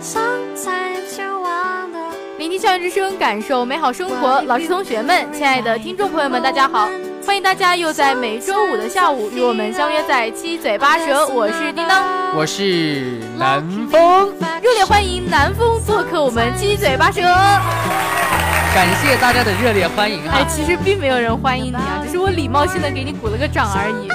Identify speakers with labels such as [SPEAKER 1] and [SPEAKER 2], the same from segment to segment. [SPEAKER 1] Sometimes you wonder
[SPEAKER 2] 聆听校园之声，感受美好生活。老师、同学们，亲爱的听众朋友们，大家好！欢迎大家又在每周五的下午与我们相约在七嘴八舌。我是叮当，
[SPEAKER 3] 我是南风，
[SPEAKER 2] 热烈欢迎南风做客我们七嘴八舌。
[SPEAKER 3] 感谢大家的热烈欢迎
[SPEAKER 2] 哎，
[SPEAKER 3] 哈。
[SPEAKER 2] 其实并没有人欢迎你啊，只是我礼貌性的给你鼓了个掌而已。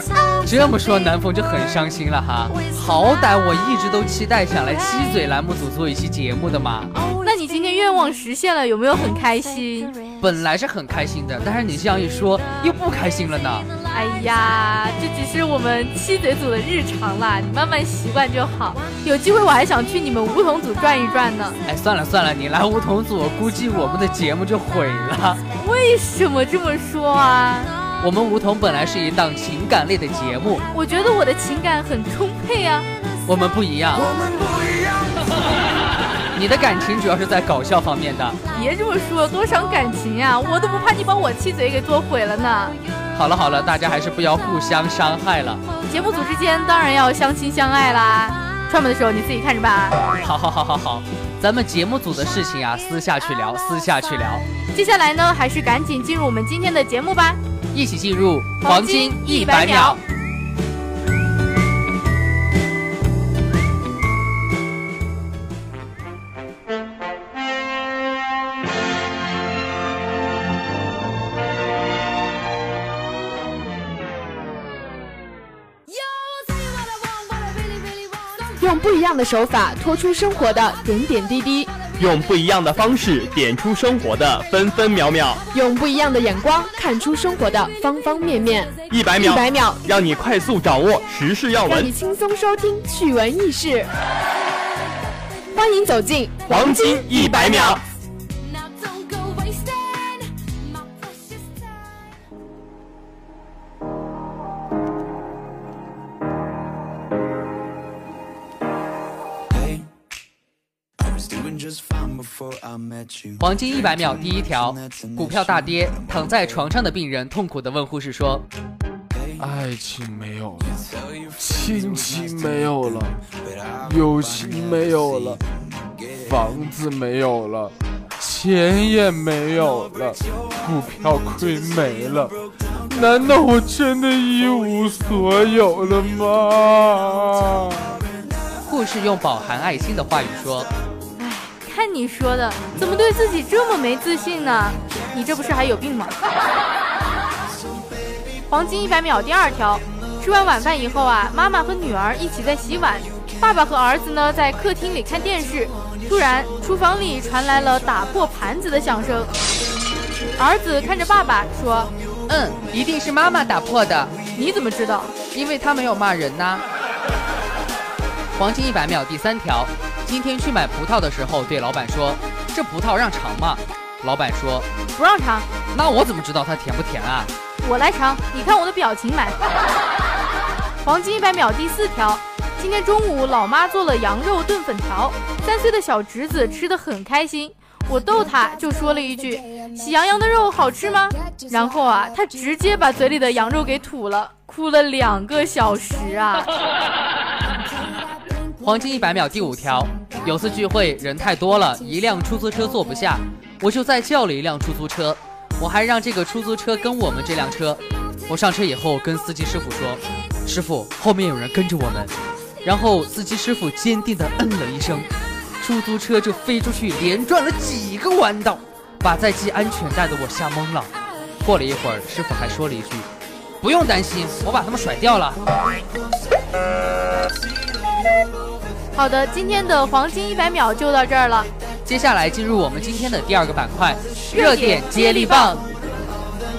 [SPEAKER 3] 这么说南风就很伤心了哈。好歹我一直都期待想来七嘴栏目组做一期节目的嘛，
[SPEAKER 2] 那你今天愿望实现了，有没有很开心？
[SPEAKER 3] 本来是很开心的，但是你这样一说又不开心了呢。
[SPEAKER 2] 哎呀，这只是我们七嘴组的日常啦，你慢慢习惯就好。有机会我还想去你们梧桐组转一转呢。
[SPEAKER 3] 哎，算了算了，你来梧桐组，估计我们的节目就毁了。
[SPEAKER 2] 为什么这么说啊？
[SPEAKER 3] 我们梧桐本来是一档情感类的节目，
[SPEAKER 2] 我觉得我的情感很充沛啊。
[SPEAKER 3] 我们不一样。你的感情主要是在搞笑方面的。
[SPEAKER 2] 别这么说，多伤感情呀、我都不怕你把我七嘴给做毁了呢。
[SPEAKER 3] 好了好了，大家还是不要互相伤害了。
[SPEAKER 2] 节目组之间当然要相亲相爱啦。串门的时候你自己看着办。啊
[SPEAKER 3] 好好好好好，咱们节目组的事情啊，私下去聊，私下去聊，
[SPEAKER 2] 接下来呢，还是赶紧进入我们今天的节目吧。
[SPEAKER 3] 一起进入
[SPEAKER 2] 黄
[SPEAKER 3] 黄
[SPEAKER 2] 金
[SPEAKER 3] 金
[SPEAKER 2] 一
[SPEAKER 3] 一
[SPEAKER 2] 百
[SPEAKER 3] 百
[SPEAKER 2] 秒
[SPEAKER 3] 秒。
[SPEAKER 4] 用不一样的手法拖出生活的点点滴滴，
[SPEAKER 5] 用不一样的方式点出生活的分分秒秒，
[SPEAKER 4] 用不一样的眼光看出生活的方方面面。
[SPEAKER 5] 一百
[SPEAKER 4] 一
[SPEAKER 5] 秒，
[SPEAKER 4] 百秒，
[SPEAKER 5] 让你快速掌握时事要
[SPEAKER 4] 让你
[SPEAKER 5] 闻。
[SPEAKER 4] 轻松收听趣闻轶事。欢迎走进
[SPEAKER 5] 黄金一百秒，
[SPEAKER 1] Now don't go wasting my precious time
[SPEAKER 3] 黄金一百秒第一条，股票大跌，躺在床上的病人痛苦地问护士说
[SPEAKER 6] 爱情没有了，亲情没有了，友情没有了，房子没有了，钱也没有了，股票亏没了。难道我真的一无所有了吗？：“
[SPEAKER 3] 护士用饱含爱心的话语说，
[SPEAKER 2] 看你说的，怎么对自己这么没自信呢？你这不是还有病吗？黄金一百秒第二条，吃完晚饭以后啊，妈妈和女儿一起在洗碗，爸爸和儿子呢在客厅里看电视。突然，厨房里传来了打破盘子的响声。儿子看着爸爸说
[SPEAKER 3] 嗯，一定是妈妈打破的，：“
[SPEAKER 2] 你怎么知道？
[SPEAKER 3] 因为她没有骂人呐、黄金一百秒第三条，今天去买葡萄的时候对老板说，这葡萄让尝吗？老板说，
[SPEAKER 2] 不让尝，
[SPEAKER 3] 那我怎么知道它甜不甜啊？
[SPEAKER 2] 我来尝，你看我的表情来。 黄金一百秒第四条，今天中午老妈做了羊肉炖粉条，三岁的小侄子吃得很开心，我逗他就说了一句：“喜羊羊的肉好吃吗？”然后啊，他直接把嘴里的羊肉给吐了，哭了两个小时啊！
[SPEAKER 3] 黄金一百秒第五条，有次聚会人太多了，一辆出租车坐不下，我就再叫了一辆出租车，我还让这个出租车跟我们这辆车。我上车以后跟司机师傅说：“师傅，后面有人跟着我们。”然后司机师傅坚定地嗯了一声，出租车就飞出去连转了几个弯道，把在系安全带的我吓懵了。过了一会儿，师傅还说了一句：“不用担心，我把他们甩掉了。”
[SPEAKER 2] 好的，今天的黄金一百秒就到这儿了。
[SPEAKER 3] 接下来进入我们今天的第二个板块——
[SPEAKER 2] 热
[SPEAKER 3] 热
[SPEAKER 2] 点
[SPEAKER 3] 点
[SPEAKER 2] 接
[SPEAKER 3] 接
[SPEAKER 2] 力
[SPEAKER 3] 力
[SPEAKER 2] 棒
[SPEAKER 3] 棒。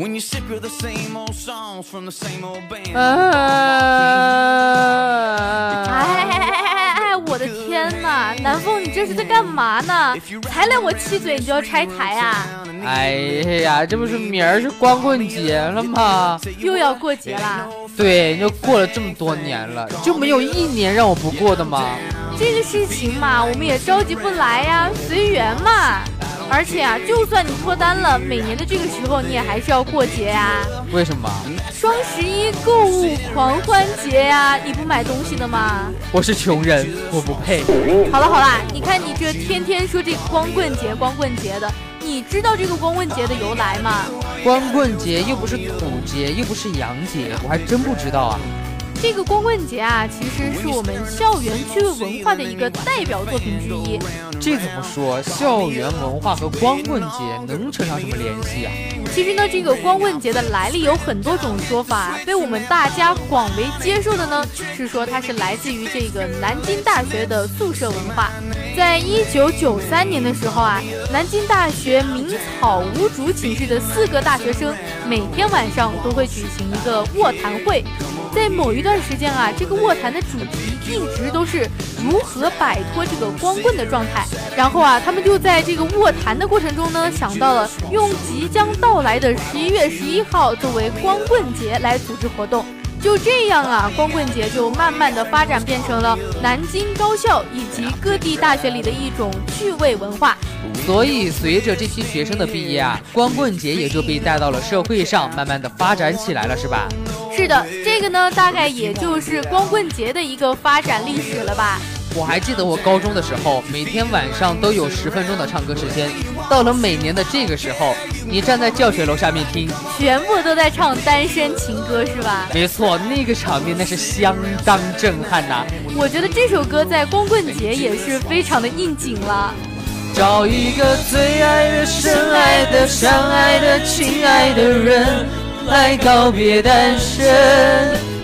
[SPEAKER 7] When you sick of the same old songs from the same old band.
[SPEAKER 3] Uh-huh. 啊
[SPEAKER 2] 哎哎哎哎哎！我的天哪，南风，你这是在干嘛呢？才来我七嘴你就要拆台啊？
[SPEAKER 3] 哎呀，这不是明儿是光棍节了吗？
[SPEAKER 2] 又要过节啦？
[SPEAKER 3] 对，就过了这么多年了，就没有一年让我不过的吗？
[SPEAKER 2] 这个事情嘛，我们也着急不来呀，随缘嘛。而且啊，就算你脱单了，每年的这个时候你也还是要过节呀、
[SPEAKER 3] 为什么？
[SPEAKER 2] 双十一购物狂欢节呀、你不买东西的吗？
[SPEAKER 3] 我是穷人，我不配。
[SPEAKER 2] 好了好了，你看你这天天说这光棍节光棍节的，你知道这个光棍节的由来吗？
[SPEAKER 3] 光棍节又不是土节，又不是洋节，我还真不知道啊。
[SPEAKER 2] 这个光棍节啊，其实是我们校园趣味文化的一个代表作品之一。
[SPEAKER 3] 这怎么说？校园文化和光棍节能扯上什么联系啊？
[SPEAKER 2] 其实呢，这个光棍节的来历有很多种说法，被我们大家广为接受的呢，是说它是来自于这个南京大学的宿舍文化。在一九九三年的时候啊，南京大学名草无主寝室的四个大学生，每天晚上都会举行一个卧谈会。在某一段时间啊，这个卧谈的主题一直都是如何摆脱这个光棍的状态。然后啊，他们就在这个卧谈的过程中呢，想到了用即将到来的十一月十一号作为光棍节来组织活动。就这样啊，光棍节就慢慢的发展变成了南京高校以及各地大学里的一种趣味文化。
[SPEAKER 3] 所以，随着这批学生的毕业啊，光棍节也就被带到了社会上，慢慢的发展起来了，是吧？
[SPEAKER 2] 是的，这个呢，大概也就是光棍节的一个发展历史了吧。
[SPEAKER 3] 我还记得我高中的时候，每天晚上都有十分钟的唱歌时间。到了每年的这个时候，你站在教学楼下面听，
[SPEAKER 2] 全部都在唱单身情歌是吧？
[SPEAKER 3] 没错，那个场面那是相当震撼呐、
[SPEAKER 2] 我觉得这首歌在光棍节也是非常的应景了。
[SPEAKER 8] 找一个最爱的、深爱的、相爱的、亲爱的人来告别单身，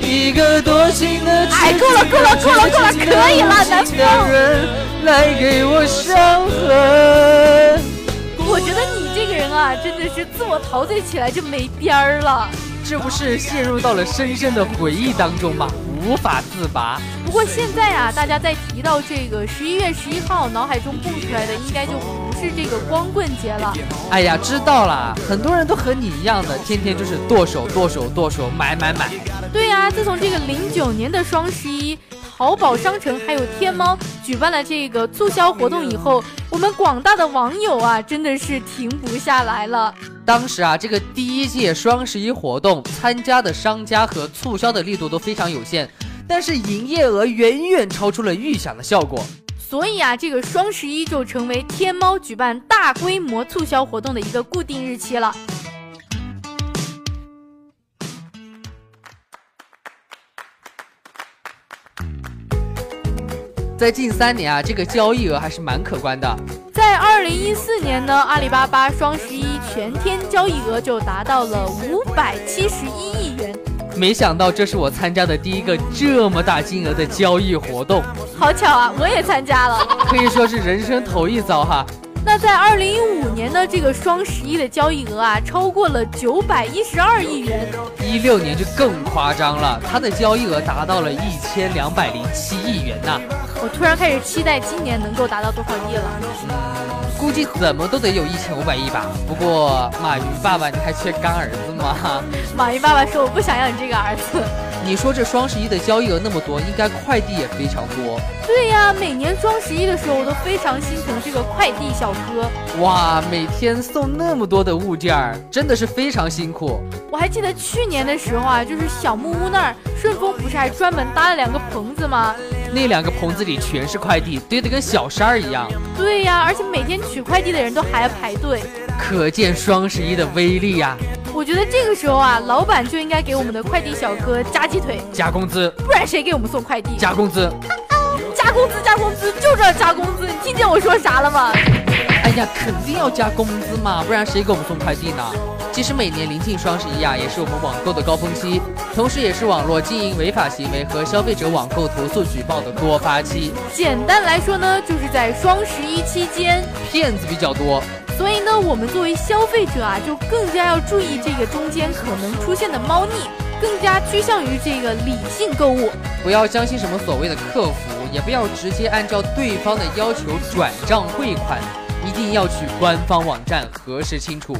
[SPEAKER 8] 一个多情的、哎，够了，够了，够了，够了，可以了，南风，来给我伤痕。
[SPEAKER 2] 我觉得你这个人啊，真的是自我陶醉起来就没边儿了。
[SPEAKER 3] 这不是陷入到了深深的回忆当中嘛，无法自拔。
[SPEAKER 2] 不过现在啊，大家在提到这个十一月十一号，脑海中蹦出来的应该就不是这个光棍节了。
[SPEAKER 3] 哎呀，知道啦，很多人都和你一样的，天天就是剁手、剁手、剁手，买买买。
[SPEAKER 2] 对呀、自从这个零九年的双十一，淘宝商城还有天猫举办了这个促销活动以后，我们广大的网友啊，真的是停不下来了。
[SPEAKER 3] 当时啊，这个第一届双十一活动参加的商家和促销的力度都非常有限，但是营业额远远超出了预想的效果。
[SPEAKER 2] 所以啊，这个双十一就成为天猫举办大规模促销活动的一个固定日期了。
[SPEAKER 3] 在近三年啊，这个交易额还是蛮可观的。
[SPEAKER 2] 在二零一四年呢，阿里巴巴双十一全天交易额就达到了五百七十一亿元，
[SPEAKER 3] 没想到这是我参加的第一个这么大金额的交易活动，
[SPEAKER 2] 好巧啊，我也参加了。
[SPEAKER 3] 可以说是人生头一遭哈。
[SPEAKER 2] 那在二零一五年的这个双十一的交易额啊，超过了九百一十二亿元。
[SPEAKER 3] 一六年就更夸张了，它的交易额达到了一千两百零七亿元呐、
[SPEAKER 2] 我突然开始期待今年能够达到多少亿了。
[SPEAKER 3] 估计怎么都得有一千五百亿吧。不过马云爸爸，你还缺干儿子吗？
[SPEAKER 2] 马云爸爸说：“我不想要你这个儿子。
[SPEAKER 3] 你说这双十一的交易额那么多，应该快递也非常多。”
[SPEAKER 2] 对呀、每年双十一的时候，我都非常心疼这个快递小哥。
[SPEAKER 3] 哇，每天送那么多的物件儿，真的是非常辛苦。
[SPEAKER 2] 我还记得去年的时候啊，就是小木屋那儿，顺丰不是还专门搭了两个棚子吗？
[SPEAKER 3] 那两个棚子里全是快递，堆得跟小山儿一样，
[SPEAKER 2] 对呀、而且每天取快递的人都还要排队。
[SPEAKER 3] 可见双十一的威力啊呀、
[SPEAKER 2] 我觉得这个时候啊，老板就应该给我们的快递小哥加鸡腿，
[SPEAKER 3] 加工资，
[SPEAKER 2] 不然谁给我们送快递？
[SPEAKER 3] 加工资。
[SPEAKER 2] 加工资，加工资，就知道加工资。你听见我说啥了吗？
[SPEAKER 3] 哎呀，肯定要加工资嘛，不然谁给我们送快递呢？其实每年临近双十一啊，也是我们网购的高峰期，同时也是网络经营违法行为和消费者网购投诉举报的多发期，
[SPEAKER 2] 简单来说呢，就是在双十一期间，
[SPEAKER 3] 骗子比较多。
[SPEAKER 2] 所以呢，我们作为消费者啊，就更加要注意这个中间可能出现的猫腻，更加趋向于这个理性购物。
[SPEAKER 3] 不要相信什么所谓的客服，也不要直接按照对方的要求转账汇款，一定要去官方网站核实清楚。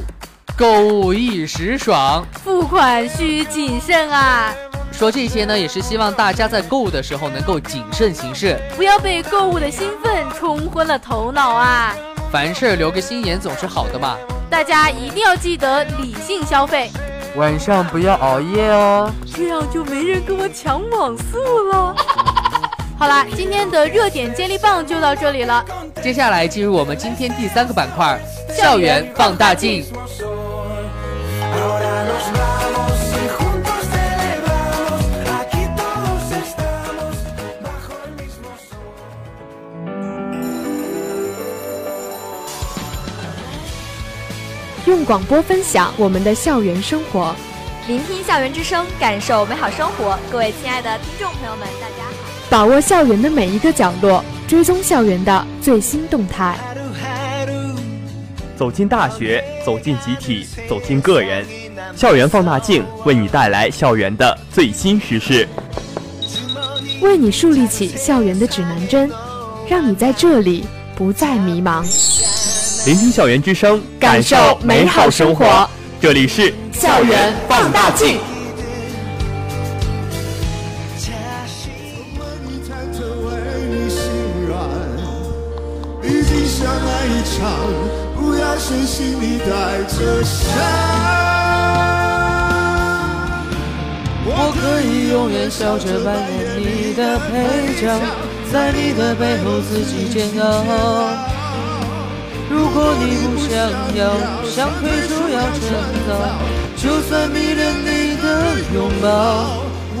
[SPEAKER 3] 购物一时爽。
[SPEAKER 2] 付款需谨慎啊，
[SPEAKER 3] 说这些呢，也是希望大家在购物的时候能够谨慎行事，
[SPEAKER 2] 不要被购物的兴奋冲昏了头脑啊！
[SPEAKER 3] 凡事留个心眼总是好的嘛。
[SPEAKER 2] 大家一定要记得理性消费，
[SPEAKER 8] 晚上不要熬夜哦。
[SPEAKER 2] 这样就没人跟我抢网速了。 好啦，今天的热点接力棒就到这里了。
[SPEAKER 3] 接下来进入我们今天第三个板块——
[SPEAKER 2] 校
[SPEAKER 3] 校
[SPEAKER 2] 园
[SPEAKER 3] 园
[SPEAKER 2] 放
[SPEAKER 3] 放
[SPEAKER 2] 大
[SPEAKER 3] 大
[SPEAKER 2] 镜
[SPEAKER 3] 镜。
[SPEAKER 4] 用广播分享我们的校园生活。
[SPEAKER 9] 聆听校园之声，感受美好生活。各位亲爱的听众朋友们，大家好。
[SPEAKER 4] 把握校园的每一个角落，追踪校园的最新动态。
[SPEAKER 5] 走进大学，走进集体，走进个人，校园放大镜为你带来校园的最新时事。
[SPEAKER 4] 为你树立起校园的指南针，让你在这里不再迷茫。
[SPEAKER 5] 聆听校园之声，
[SPEAKER 4] 感受美好生活。
[SPEAKER 5] 这里是
[SPEAKER 4] 校园放大镜。
[SPEAKER 10] 已经相爱一场，不要学习你带着伤。
[SPEAKER 8] 我可以永远笑着扮演你的配角，在你的背后自己煎熬。如果你不想要，想退出要趁早，就算迷恋你的拥抱，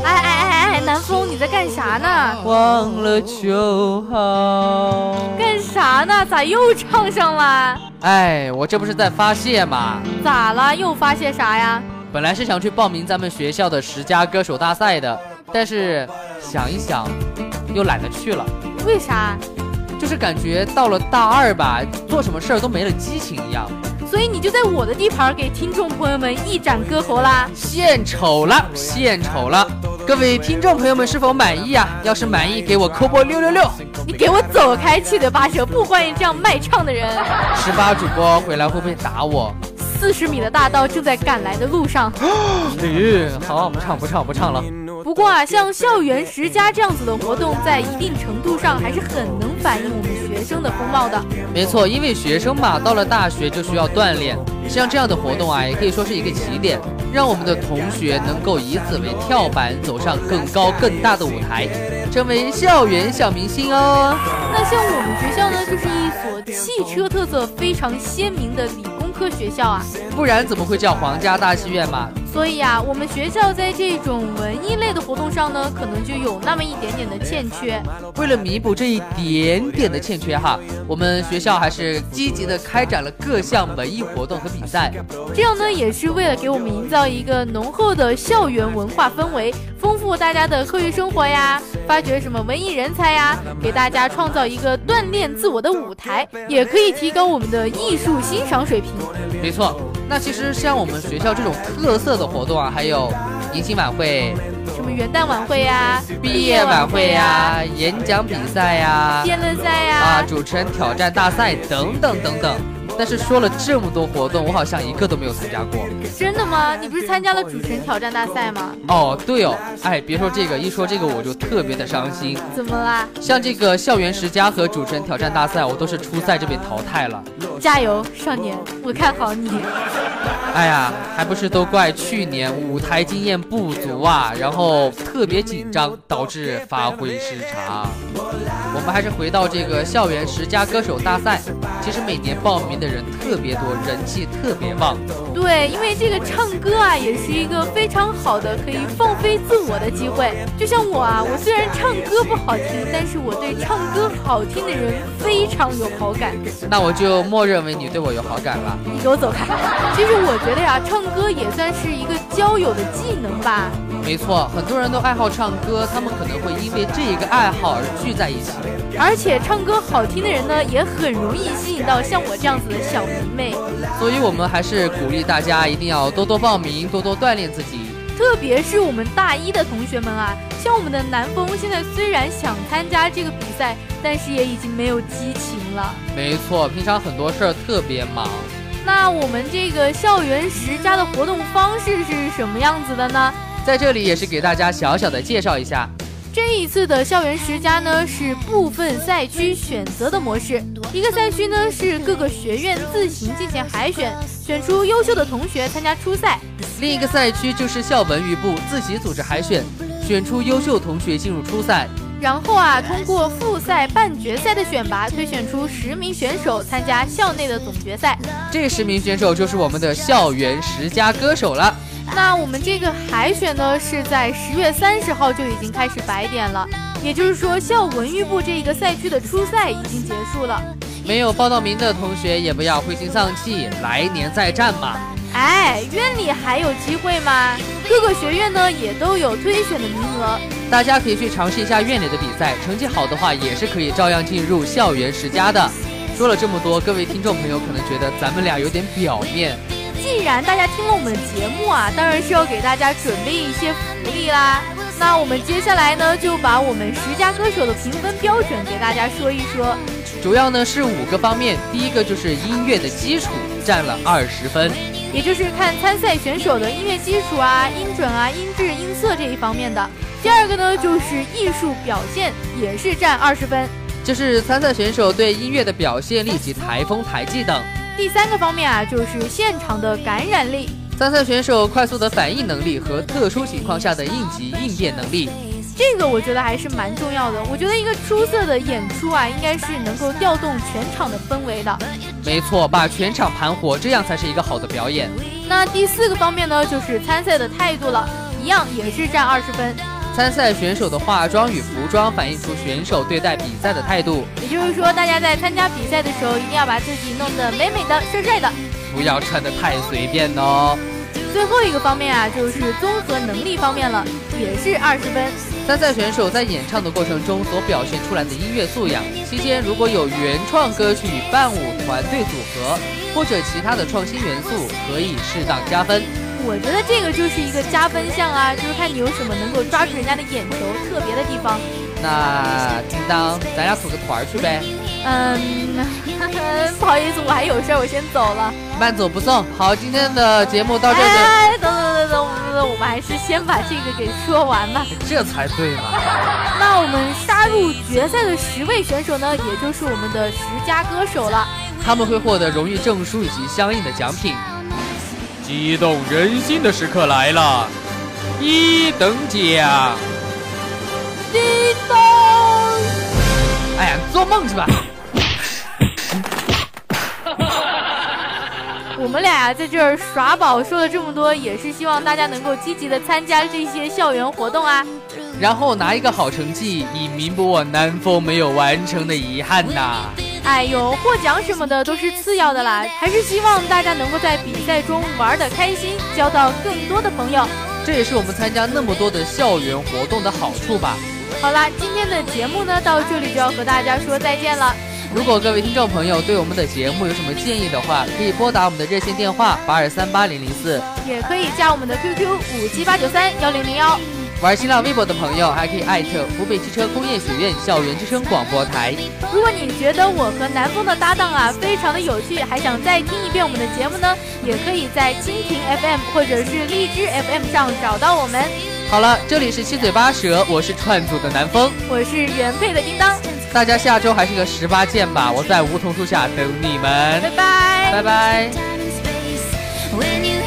[SPEAKER 2] 哎哎哎哎，南风你在干啥呢？
[SPEAKER 8] 忘了就好。
[SPEAKER 2] 干啥呢？咋又唱上了？
[SPEAKER 3] 哎，我这不是在发泄嘛？
[SPEAKER 2] 咋了？又发泄啥呀？
[SPEAKER 3] 本来是想去报名咱们学校的十佳歌手大赛的，但是想一想，又懒得去了。
[SPEAKER 2] 为啥？
[SPEAKER 3] 就是感觉到了大二吧，做什么事儿都没了激情一样。
[SPEAKER 2] 所以你就在我的地盘给听众朋友们一展歌喉啦！
[SPEAKER 3] 献丑了，献丑了！各位听众朋友们是否满意啊？要是满意，给我扣波六六六。
[SPEAKER 2] 你给我走开，七嘴八舌，不欢迎这样卖唱的人。
[SPEAKER 3] 十八主播回来会不会打我？
[SPEAKER 2] 四十米的大刀正在赶来的路上。
[SPEAKER 3] 嗯，好，不唱不唱不唱了。
[SPEAKER 2] 不过啊，像校园十佳这样子的活动，在一定程度上还是很能反映我们学生的风貌的。
[SPEAKER 3] 没错，因为学生嘛，到了大学就需要锻炼，像这样的活动啊，也可以说是一个起点，让我们的同学能够以此为跳板，走上更高更大的舞台，成为校园小明星哦。
[SPEAKER 2] 那像我们学校呢，就是一所汽车特色非常鲜明的理工科学校啊。
[SPEAKER 3] 不然怎么会叫皇家大戏院嘛？
[SPEAKER 2] 所以啊，我们学校在这种文艺类的活动上呢，可能就有那么一点点的欠缺。
[SPEAKER 3] 为了弥补这一点点的欠缺哈，我们学校还是积极的开展了各项文艺活动和比赛。
[SPEAKER 2] 这样呢，也是为了给我们营造一个浓厚的校园文化氛围，丰富大家的课余生活呀，发掘什么文艺人才呀，给大家创造一个锻炼自我的舞台，也可以提高我们的艺术欣赏水平。
[SPEAKER 3] 没错，那其实像我们学校这种特色的活动啊，还有迎新晚会、
[SPEAKER 2] 什么元旦晚会呀、
[SPEAKER 3] 毕业晚会呀、演讲比赛呀、
[SPEAKER 2] 辩论赛呀、
[SPEAKER 3] 啊主持人挑战大赛等等等等。但是说了这么多活动，我好像一个都没有参加过。
[SPEAKER 2] 真的吗？你不是参加了主持人挑战大赛吗？
[SPEAKER 3] 哦，对哦，哎，别说这个，一说这个我就特别的伤心。
[SPEAKER 2] 怎么啦？
[SPEAKER 3] 像这个校园十佳和主持人挑战大赛，我都是初赛就被淘汰了。
[SPEAKER 2] 加油，少年，我看好你。
[SPEAKER 3] 哎呀，还不是都怪去年舞台经验不足啊，然后特别紧张，导致发挥失常。我们还是回到这个校园十佳歌手大赛，其实每年报名的人特别多，人气特别旺。
[SPEAKER 2] 对，因为这个唱歌啊，也是一个非常好的可以放飞自我的机会。就像我啊，我虽然唱歌不好听，但是我对唱歌好听的人非常有好感。
[SPEAKER 3] 那我就默认为你对我有好感了。
[SPEAKER 2] 你给我走开！ 其实我觉得呀、唱歌也算是一个交友的技能吧。
[SPEAKER 3] 没错，很多人都爱好唱歌，他们可能会因为这个爱好而聚在一起。
[SPEAKER 2] 而且唱歌好听的人呢，也很容易吸引到像我这样子的小迷妹。
[SPEAKER 3] 所以我们还是鼓励大家一定要多多报名，多多锻炼自己。
[SPEAKER 2] 特别是我们大一的同学们啊，像我们的南风，现在虽然想参加这个比赛，但是也已经没有激情了。
[SPEAKER 3] 没错，平常很多事儿特别忙。
[SPEAKER 2] 那我们这个校园十佳的活动方式是什么样子的呢？
[SPEAKER 3] 在这里也是给大家小小的介绍一下，
[SPEAKER 2] 这一次的校园十佳呢，是部分赛区选择的模式。一个赛区呢是各个学院自行进行海选，选出优秀的同学参加初赛。
[SPEAKER 3] 另一个赛区就是校文娱部自己组织海选，选出优秀同学进入初赛。
[SPEAKER 2] 然后啊，通过复赛、半决赛的选拔，推选出十名选手参加校内的总决赛。
[SPEAKER 3] 这十名选手就是我们的校园十佳歌手了。
[SPEAKER 2] 那我们这个海选呢，是在十月三十号就已经开始白点了，也就是说，校文娱部这个赛区的初赛已经结束了。
[SPEAKER 3] 没有报到名的同学也不要灰心丧气，来年再战嘛。
[SPEAKER 2] 哎，院里还有机会吗？各个学院呢也都有推选的名额。
[SPEAKER 3] 大家可以去尝试一下院里的比赛，成绩好的话也是可以照样进入校园十佳的。说了这么多，各位听众朋友可能觉得咱们俩有点表面，
[SPEAKER 2] 既然大家听了我们的节目啊，当然是要给大家准备一些福利啦。那我们接下来呢，就把我们十佳歌手的评分标准给大家说一说。
[SPEAKER 3] 主要呢是五个方面，第一个就是音乐的基础占了二十分，
[SPEAKER 2] 也就是看参赛选手的音乐基础啊、音准啊、音质、音色这一方面的。第二个呢，就是艺术表现，也是占二十分。
[SPEAKER 3] 就是参赛选手对音乐的表现力及台风、台技等。
[SPEAKER 2] 第三个方面啊，就是现场的感染力。
[SPEAKER 3] 参赛选手快速的反应能力和特殊情况下的应急应变能力。
[SPEAKER 2] 这个我觉得还是蛮重要的。我觉得一个出色的演出啊，应该是能够调动全场的氛围的。
[SPEAKER 3] 没错，把全场盘活，这样才是一个好的表演。
[SPEAKER 2] 那第四个方面呢，就是参赛的态度了，一样也是占二十分。
[SPEAKER 3] 参赛选手的化妆与服装反映出选手对待比赛的态度，
[SPEAKER 2] 也就是说，大家在参加比赛的时候，一定要把自己弄得美美的、帅帅的。
[SPEAKER 3] 不要穿的太随便哦。
[SPEAKER 2] 最后一个方面啊，就是综合能力方面了，也是二十分。
[SPEAKER 3] 参赛选手在演唱的过程中所表现出来的音乐素养，期间如果有原创歌曲与伴舞团队组合或者其他的创新元素，可以适当加分。
[SPEAKER 2] 我觉得这个就是一个加分项啊，就是看你有什么能够抓住人家的眼球特别的地方。
[SPEAKER 3] 那叮当，咱俩组个团儿去呗。
[SPEAKER 2] 嗯，不好意思，我还有事儿，我先走了。
[SPEAKER 3] 慢走不送。好，今天的节目到这就，
[SPEAKER 2] 哎，等等等等，我们我们还是先把这个给说完吧。
[SPEAKER 3] 这才对嘛。
[SPEAKER 2] 那我们杀入决赛的十位选手呢，也就是我们的十佳歌手了。
[SPEAKER 3] 他们会获得荣誉证书以及相应的奖品。
[SPEAKER 11] 激动人心的时刻来了，
[SPEAKER 3] 哎
[SPEAKER 11] 一等
[SPEAKER 3] 啊
[SPEAKER 11] 奖。
[SPEAKER 2] 叮咚，
[SPEAKER 3] 哎呀，做梦去吧！
[SPEAKER 2] 我们俩呀在这儿耍宝说了这么多，也是希望大家能够积极的参加这些校园活动啊。
[SPEAKER 3] 然后拿一个好成绩，以弥补我南风没有完成的遗憾呐、
[SPEAKER 2] 哎呦，获奖什么的都是次要的啦，还是希望大家能够在比赛中玩的开心，交到更多的朋友。
[SPEAKER 3] 这也是我们参加那么多的校园活动的好处吧。
[SPEAKER 2] 好啦，今天的节目呢到这里就要和大家说再见了。
[SPEAKER 3] 如果各位听众朋友对我们的节目有什么建议的话，可以拨打我们的热线电话八二三八零零四。
[SPEAKER 2] 也可以加我们的 QQ 五七八九三幺零零幺。
[SPEAKER 3] 玩新浪微博的朋友还可以艾特湖北汽车工业学院校园之声广播台。
[SPEAKER 2] 如果你觉得我和南风的搭档啊非常的有趣，还想再听一遍我们的节目呢，也可以在蜻蜓 FM 或者是荔枝 FM 上找到我们。
[SPEAKER 3] 好了，这里是七嘴八舌，我是串组的南风，
[SPEAKER 2] 我是原配的叮当，
[SPEAKER 3] 大家下周还是个十八见吧，我在梧桐树下等你们，
[SPEAKER 2] 拜拜，
[SPEAKER 3] 拜拜。
[SPEAKER 1] When you